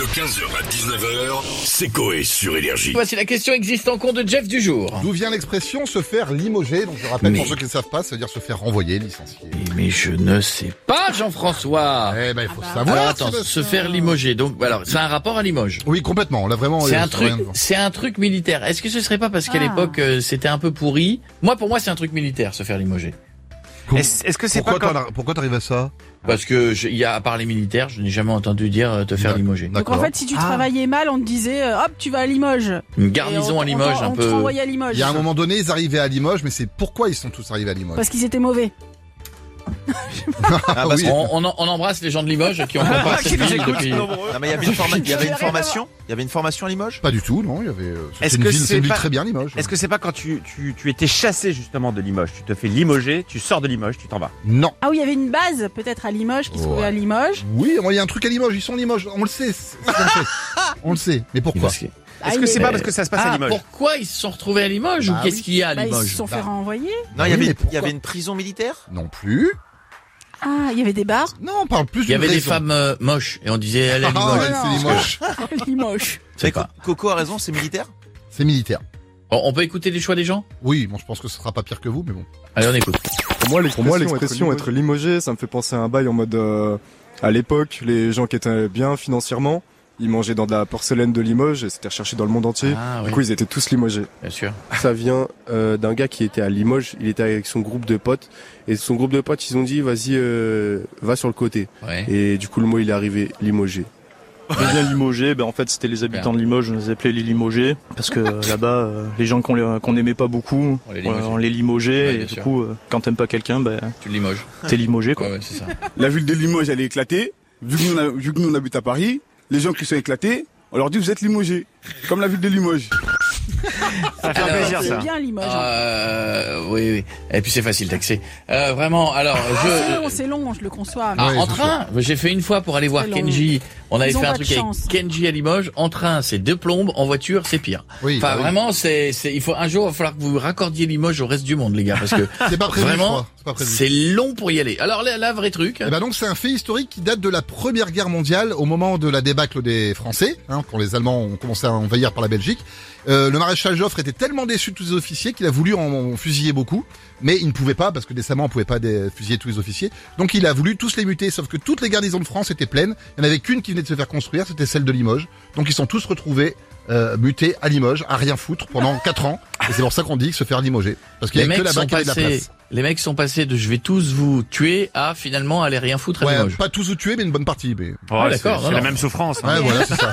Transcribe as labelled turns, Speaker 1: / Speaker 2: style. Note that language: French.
Speaker 1: De 15h à 19h, c'est Coé sur Énergie.
Speaker 2: Voici la question existe en compte de Jeff du jour.
Speaker 3: D'où vient l'expression se faire limoger Donc je rappelle
Speaker 2: Mais-
Speaker 3: pour ceux qui ne savent pas, ça veut dire se faire renvoyer, licencier.
Speaker 2: Mais je ne sais pas, Jean-François.
Speaker 3: Eh ben il faut savoir.
Speaker 2: Ah. Alors attends,
Speaker 3: Sébastien.
Speaker 2: se faire limoger. Donc, alors, c'est un rapport à Limoges.
Speaker 3: Oui, complètement. Là vraiment.
Speaker 2: C'est
Speaker 3: euh,
Speaker 2: un
Speaker 3: rien
Speaker 2: truc,
Speaker 3: devant.
Speaker 2: c'est un truc militaire. Est-ce que ce serait pas parce qu'à
Speaker 4: Ah.
Speaker 2: l'époque euh, c'était un peu pourri Moi, pour moi, c'est un truc militaire, se faire limoger.
Speaker 5: Est-ce est-ce que c'est pas
Speaker 3: Pourquoi
Speaker 5: comme...
Speaker 3: t'en as- pourquoi t'arrives à ça
Speaker 2: Parce que je- il y a, à part les militaires, je n'ai jamais entendu dire euh, te faire
Speaker 3: D'accord.
Speaker 2: limoger.
Speaker 4: Donc en
Speaker 3: D'accord.
Speaker 4: fait, si tu travaillais mal, on te disait euh, hop, tu vas à Limoges.
Speaker 2: Une
Speaker 4: Et on-
Speaker 2: garnison à
Speaker 4: on
Speaker 2: Limoges,
Speaker 4: t'en-
Speaker 2: un
Speaker 4: on
Speaker 2: peu.
Speaker 4: te renvoyait à Limoges.
Speaker 3: Il y a un moment donné, ils arrivaient à Limoges, mais c'est pourquoi ils sont tous arrivés à Limoges
Speaker 4: Parce qu'ils étaient mauvais.
Speaker 3: Ah, oui.
Speaker 2: On, on en- on embrasse les gens de Limoges qui ont encore cette ville depuis.
Speaker 5: Non, mais il y avait une, forma- il y avait une
Speaker 4: J'arrive à
Speaker 5: formation Il y avait une formation à Limoges
Speaker 3: Pas du tout, non. Il y avait. euh,
Speaker 5: Est-ce
Speaker 3: C'était une
Speaker 5: que
Speaker 3: ville, c'est
Speaker 5: c'est
Speaker 3: une ville
Speaker 5: pas-
Speaker 3: très bien Limoges.
Speaker 5: Est-ce que c'est pas quand tu, tu, tu étais chassé justement de Limoges Tu te fais limoger, tu sors de Limoges, tu t'en vas.
Speaker 3: Non.
Speaker 4: Ah oui, il y avait une base peut-être à Limoges qui se
Speaker 3: Ouais.
Speaker 4: trouvait à Limoges.
Speaker 3: Oui, il y a un truc à Limoges. Ils sont Limoges. On le sait. c'est- c'est comme ça. on le sait. Mais pourquoi
Speaker 2: Parce que-
Speaker 4: Ah,
Speaker 5: Est-ce
Speaker 4: il
Speaker 5: que
Speaker 4: est-
Speaker 5: c'est pas parce que ça se passe à
Speaker 2: Ah,
Speaker 5: Limoges
Speaker 2: pourquoi ils se sont retrouvés à Limoges
Speaker 3: Bah
Speaker 2: ou qu'est-ce
Speaker 3: oui.
Speaker 2: qu'il y a à
Speaker 4: bah, ils se
Speaker 2: Limoges
Speaker 4: sont fait
Speaker 3: Bah.
Speaker 4: renvoyer.
Speaker 5: Non, il
Speaker 3: Oui,
Speaker 5: y,
Speaker 3: mais
Speaker 5: avait, il y
Speaker 3: pourquoi
Speaker 5: avait une prison militaire
Speaker 3: Non plus.
Speaker 4: Ah, il y avait des bars
Speaker 3: Non, on parle plus.
Speaker 2: Il y
Speaker 3: d'une
Speaker 2: avait des
Speaker 3: raison.
Speaker 2: femmes euh, moches et on disait elle est
Speaker 3: Ah,
Speaker 2: Limoges.
Speaker 3: ouais,
Speaker 4: Non.
Speaker 3: c'est Limoges.
Speaker 4: à Limoges.
Speaker 2: Je sais
Speaker 5: Mais Co-
Speaker 2: pas.
Speaker 5: Coco a raison, c'est militaire
Speaker 3: C'est militaire.
Speaker 2: On on peut écouter les choix des gens
Speaker 3: Oui, bon, je pense que ce sera pas pire que vous, mais bon.
Speaker 2: Allez, on écoute.
Speaker 6: Pour moi, l'expression,
Speaker 3: moi, l'expression
Speaker 6: être, limogé, ça me fait penser à un bail en mode euh, à l'époque, les gens qui étaient bien financièrement, ils mangeaient dans de la porcelaine de Limoges et c'était recherché dans le monde entier.
Speaker 2: Ah
Speaker 6: Du coup, ils étaient tous limogés.
Speaker 2: bien sûr.
Speaker 7: Ça vient euh, d'un gars qui était à Limoges, il était avec son groupe de potes et son groupe de potes ils ont dit vas-y euh, va sur le côté
Speaker 2: Ouais.
Speaker 7: et du coup le mot il est arrivé limogé.
Speaker 8: Les bien limogés, ben en fait c'était les habitants de Limoges, on les appelait les limogés, parce que euh, là-bas, euh, les gens qu'on les- qu'on n'aimait pas beaucoup,
Speaker 2: On Oh, les
Speaker 8: euh,
Speaker 2: limogeait.
Speaker 8: on les limogeait,
Speaker 2: Ouais,
Speaker 8: et
Speaker 2: bien
Speaker 8: du
Speaker 2: sûr.
Speaker 8: coup, euh, quand t'aimes pas quelqu'un, ben
Speaker 2: Tu le limoges.
Speaker 8: t'es limogé quoi.
Speaker 2: Ouais, ouais, c'est ça.
Speaker 9: la ville de Limoges, elle est éclatée. Vu que nous, on a- vu que nous, on habite à Paris, les gens qui sont éclatés, on leur dit vous êtes limogés. Comme la ville de Limoges.
Speaker 5: Ça fait
Speaker 2: Alors,
Speaker 5: plaisir
Speaker 4: C'est
Speaker 5: ça.
Speaker 4: bien Limoges.
Speaker 2: Ah,
Speaker 4: hein.
Speaker 2: Euh, oui, oui. Et puis c'est facile d'accès. Euh, vraiment, alors
Speaker 4: C'est long,
Speaker 2: je...
Speaker 4: c'est long, je le conçois. mais-
Speaker 2: euh, Ah,
Speaker 3: Ouais,
Speaker 2: en
Speaker 3: c'est
Speaker 2: train, j'ai fait une fois pour aller voir
Speaker 4: long.
Speaker 2: Kenji. On avait
Speaker 4: Ils ont
Speaker 2: fait un
Speaker 4: pas de
Speaker 2: truc avec
Speaker 4: chance.
Speaker 2: Kenji à Limoges. En train, c'est deux plombes. En voiture, c'est pire.
Speaker 3: Oui.
Speaker 2: Enfin,
Speaker 3: bah oui.
Speaker 2: vraiment, c'est, c'est, il faut un jour, il va falloir que vous raccordiez Limoges au reste du monde, les gars, parce que
Speaker 3: C'est pas prévu. je
Speaker 2: Vraiment,
Speaker 3: crois. C'est pas prévu.
Speaker 2: c'est euh, long pour y aller. Alors là, là, vrai truc.
Speaker 3: Eh ben donc c'est un fait historique qui date de la Première Guerre mondiale, au moment de la débâcle des Français, hein, quand les Allemands ont commencé à envahir par la Belgique. Euh, le maréchal Joffre était tellement déçu de tous les officiers qu'il a voulu en, en fusiller beaucoup, mais il ne pouvait pas parce que décemment on pouvait pas dé- fusiller tous les officiers. Donc il a voulu tous les muter, sauf que toutes les garnisons de France étaient pleines. Il n'y en avait qu'une qui venait de se faire construire, c'était celle de Limoges. Donc ils sont tous retrouvés euh, mutés à Limoges, à rien foutre pendant quatre ans. Et c'est pour ça qu'on dit se faire limoger, parce qu'il
Speaker 2: Les
Speaker 3: n'y a que
Speaker 2: mecs
Speaker 3: là-bas
Speaker 2: sont
Speaker 3: qu'il y avait de la
Speaker 2: passés,
Speaker 3: place.
Speaker 2: les mecs sont passés de je vais tous vous tuer à finalement aller rien foutre à
Speaker 3: Ouais,
Speaker 2: Limoges.
Speaker 3: pas tous ou tués, mais une bonne partie. Mais...
Speaker 2: Ah, d'accord, non, non.
Speaker 5: souffrance. hein.
Speaker 3: Ouais, voilà, c'est ça.